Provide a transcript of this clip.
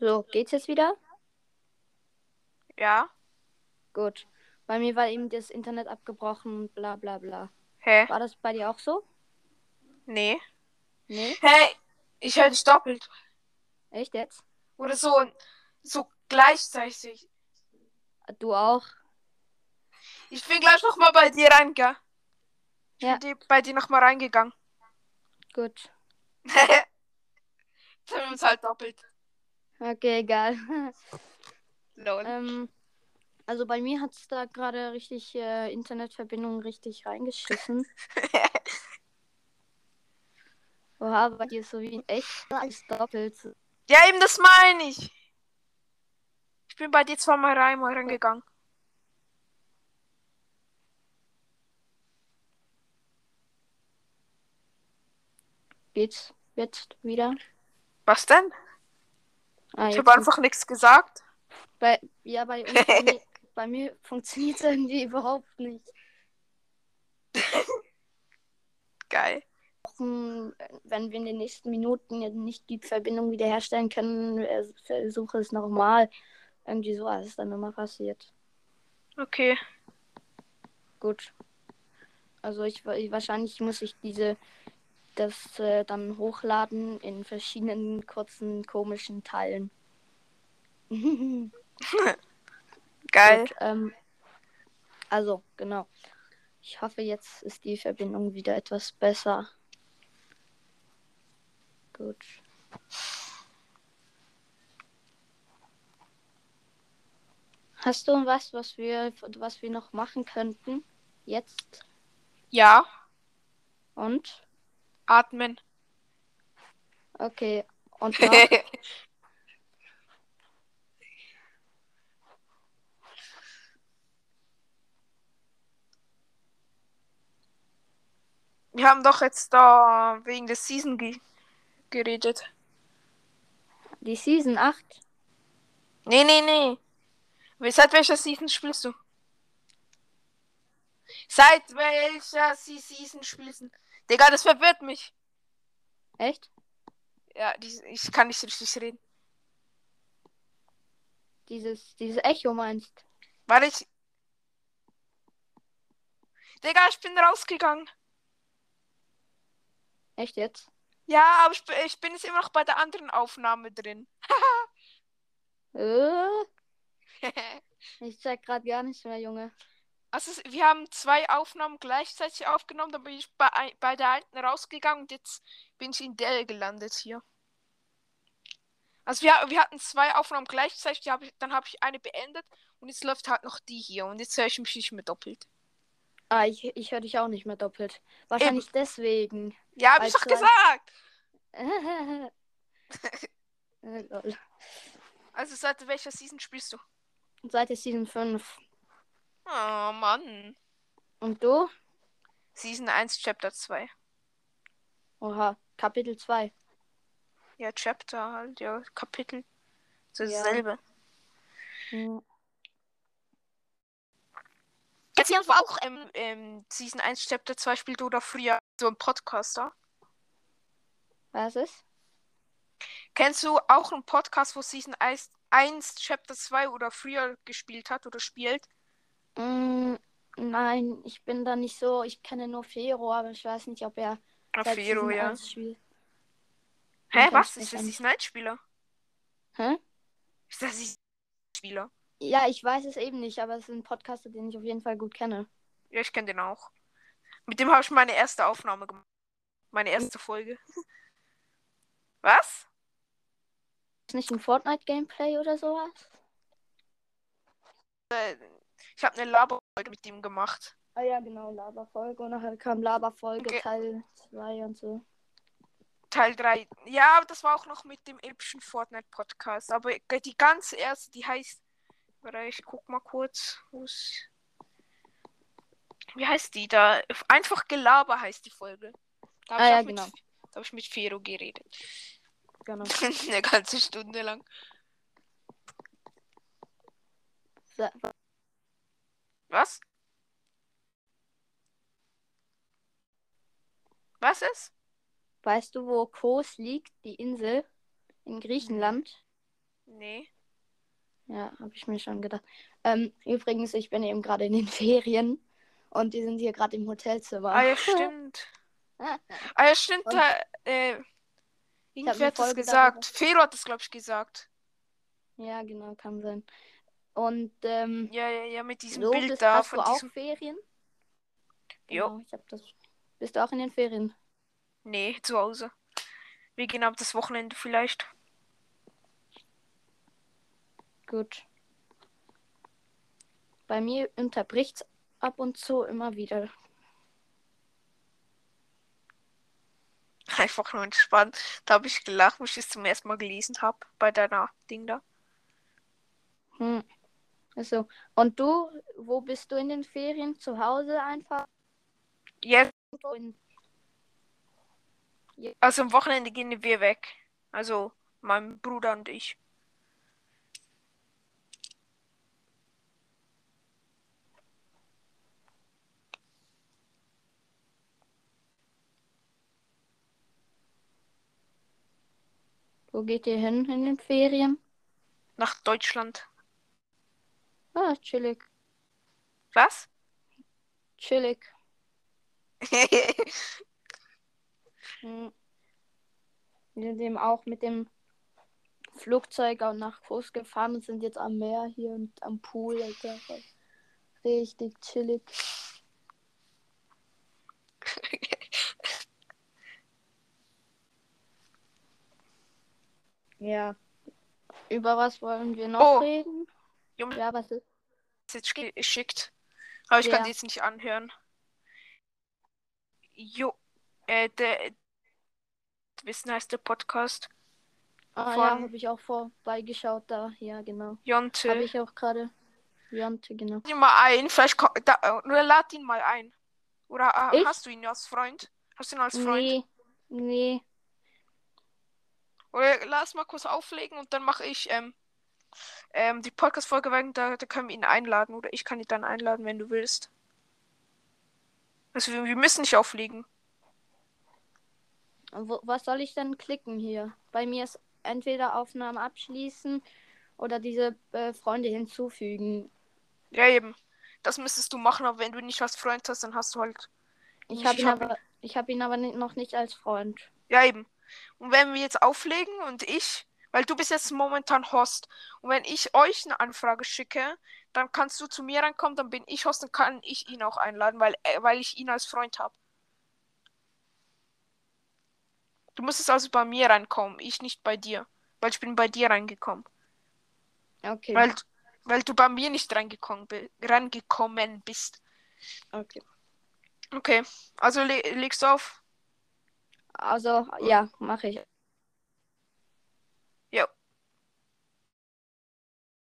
So, geht's jetzt wieder? Ja? Gut. Bei mir war eben das Internet abgebrochen, bla bla bla. Hä? War das bei dir auch so? Nee. Nee? Hey, ich höre dich doppelt. Echt jetzt? Oder so, so gleichzeitig. Du auch? Ich bin gleich nochmal bei dir reingegangen. Ich Ja. bin die, bei dir nochmal reingegangen. Gut. Jetzt haben wir uns halt doppelt. Okay, egal. Lol. ähm, also bei mir hat's da gerade richtig äh, Internetverbindung richtig reingeschissen. Oha, bei dir ist so wie in echt alles doppelt. Ja, eben das meine ich. Ich bin bei dir zweimal rein, mal reingegangen. Geht's jetzt wieder? Was denn? Ah, Ich jetzt habe einfach nichts gesagt. Bei, ja, bei, uns, bei, mir, bei mir funktioniert es irgendwie überhaupt nicht. Geil. Hm, Wenn wir in den nächsten Minuten jetzt nicht die Verbindung wiederherstellen können, äh, versuche es nochmal. Irgendwie so, als es dann nochmal passiert. Okay. Gut. Also ich wa- wahrscheinlich muss ich diese das äh, dann hochladen in verschiedenen kurzen komischen Teilen. Geil. Gut, ähm, also, genau. Ich hoffe, jetzt ist die Verbindung wieder etwas besser. Gut. Hast du was, was wir, was wir noch machen könnten? Jetzt Ja, und? atmen. Okay. Und noch? Wir haben doch jetzt da wegen der Season ge geredet. die Season 8? Nee, nee, nee. Wel- Seit welcher Season spielst du? Seit welcher Se- Season spielst du? Digga, das verwirrt mich. Echt? Ja, die, ich kann nicht richtig reden. Dieses, dieses Echo meinst? Weil ich. Digga, ich bin rausgegangen. Echt jetzt? Ja, aber ich, bin- ich bin jetzt immer noch bei der anderen Aufnahme drin. Äh, ich zeig gerade gar nichts mehr, Junge. Also es- wir haben zwei Aufnahmen gleichzeitig aufgenommen, dann bin ich bei, ein- bei der alten rausgegangen und jetzt bin ich in der gelandet hier. Also wir, wir hatten zwei Aufnahmen gleichzeitig, die hab ich, dann habe ich eine beendet und jetzt läuft halt noch die hier und jetzt höre ich mich nicht mehr doppelt. Ah, ich, ich höre dich auch nicht mehr doppelt. Wahrscheinlich deswegen. Ja, habe ich doch Also ein- gesagt. Äh, lol. Also seit welcher Season spielst du? Seit der Season 5. Oh Mann. Und du? Season 1, Chapter 2. Oha, Kapitel 2. Ja, Chapter halt, ja, Kapitel. Ja. Dasselbe. Hm, Jetzt hier war auch ähm, ähm, Season 1 Chapter 2 spielt oder früher so ein Podcaster. Was ist? Kennst du auch einen Podcast, wo Season 1, 1 Chapter 2 oder früher gespielt hat oder spielt? Hm, nein, ich bin da nicht so. Ich kenne nur Fero, aber ich weiß nicht, ob er. seit Season 1 spielt. Hä, Den kenn was? ich nicht Ist das an. Season 1 Spieler? Hä? Ist das Season 1 Spieler? Ja, ich weiß es eben nicht, aber es sind Podcaster, den ich auf jeden Fall gut kenne. Ja, ich kenne den auch. Mit dem habe ich meine erste Aufnahme gemacht. Meine erste Folge. Was? Ist nicht ein Fortnite-Gameplay oder sowas? Äh, Ich habe eine Laberfolge mit dem gemacht. Ah ja, genau, Laberfolge. Und nachher kam Laberfolge Okay. Teil 2 und so. Teil 3. Ja, aber das war auch noch mit dem epischen Fortnite-Podcast. Aber die ganze erste, die heißt. Warte, ich guck mal kurz. wo ist- Wie heißt die da? Einfach Gelaber heißt die Folge. Da hab Ah, ich ja, auch mit- genau. Da habe ich mit Fero geredet. Genau. Eine ganze Stunde lang. So, Was? Was ist? Weißt du, wo Kos liegt, die Insel? In Griechenland? Nee. Mhm. Ja, habe ich mir schon gedacht. Ähm, übrigens, ich bin eben gerade in den Ferien und die sind hier gerade im Hotelzimmer. Ah ja, stimmt. ah ja, stimmt. Und- Da, äh, irgendwer hat es Folge gesagt. darüber- Fero hat es, glaube ich, gesagt. Ja, genau, kann sein. Und ähm, Ja, ja, ja, mit diesem so, Bild bist, da hast du von auch diesem. Ferien? Jo. Genau, ich hab das. Bist du auch in den Ferien? Nee, zu Hause. Wir gehen ab das Wochenende vielleicht. Gut. Bei mir unterbricht's ab und zu immer wieder. Einfach nur entspannt. Da habe ich gelacht, wo ich es zum ersten Mal gelesen habe. Bei deiner Ding da. Hm. Also, und du, wo bist du in den Ferien? Zu Hause einfach? Ja, In... also am Wochenende gehen wir weg. Also mein Bruder und ich. Wo geht ihr hin in den Ferien? Nach Deutschland. Ah, chillig, Was? chillig. Hm. Wir sind eben auch mit dem Flugzeug auch nach Kurs gefahren und sind jetzt am Meer hier und am Pool. Alter. Richtig chillig. ja. Über was wollen wir noch Oh. reden? Junge. Ja, was ist? jetzt schick- geschickt. Aber ich kann Ja. sie jetzt nicht anhören. Jo, äh, der Wissen heißt der Podcast. Ah, Von- ja, habe ich auch vorbeigeschaut da. Ja, genau. Habe Jonte. ich auch gerade. Jonte, genau. Lad ihn mal ein, vielleicht ko- da, oder lad ihn mal ein. Oder äh, Ich? hast du ihn als Freund? Hast du ihn als Freund? Nee, nee. Oder lass mal kurz auflegen und dann mache ich ähm, ähm, die Podcast-Folge weg. Da, da können wir ihn einladen. Oder ich kann ihn dann einladen, wenn du willst. Also wir, wir müssen nicht auflegen. Wo, was soll ich denn klicken hier? Bei mir ist entweder Aufnahmen abschließen oder diese äh, Freunde hinzufügen. Ja, eben. Das müsstest du machen, aber wenn du nicht als Freund hast, dann hast du halt. Ich Ich habe ihn, hab aber, ich hab ihn aber ni- noch nicht als Freund. Ja, eben. Und wenn wir jetzt auflegen und ich, weil du bist jetzt momentan Host, und wenn ich euch eine Anfrage schicke, dann kannst du zu mir rankommen, dann bin ich Host, dann kann ich ihn auch einladen, weil, äh, weil ich ihn als Freund habe. Du musstest also bei mir rankommen, ich nicht bei dir, weil ich bin bei dir reingekommen, Okay. weil, weil du bei mir nicht reingekommen, bi- rangekommen bist. okay. Okay, also le legst du auf? Also, ja, mache ich. Ja.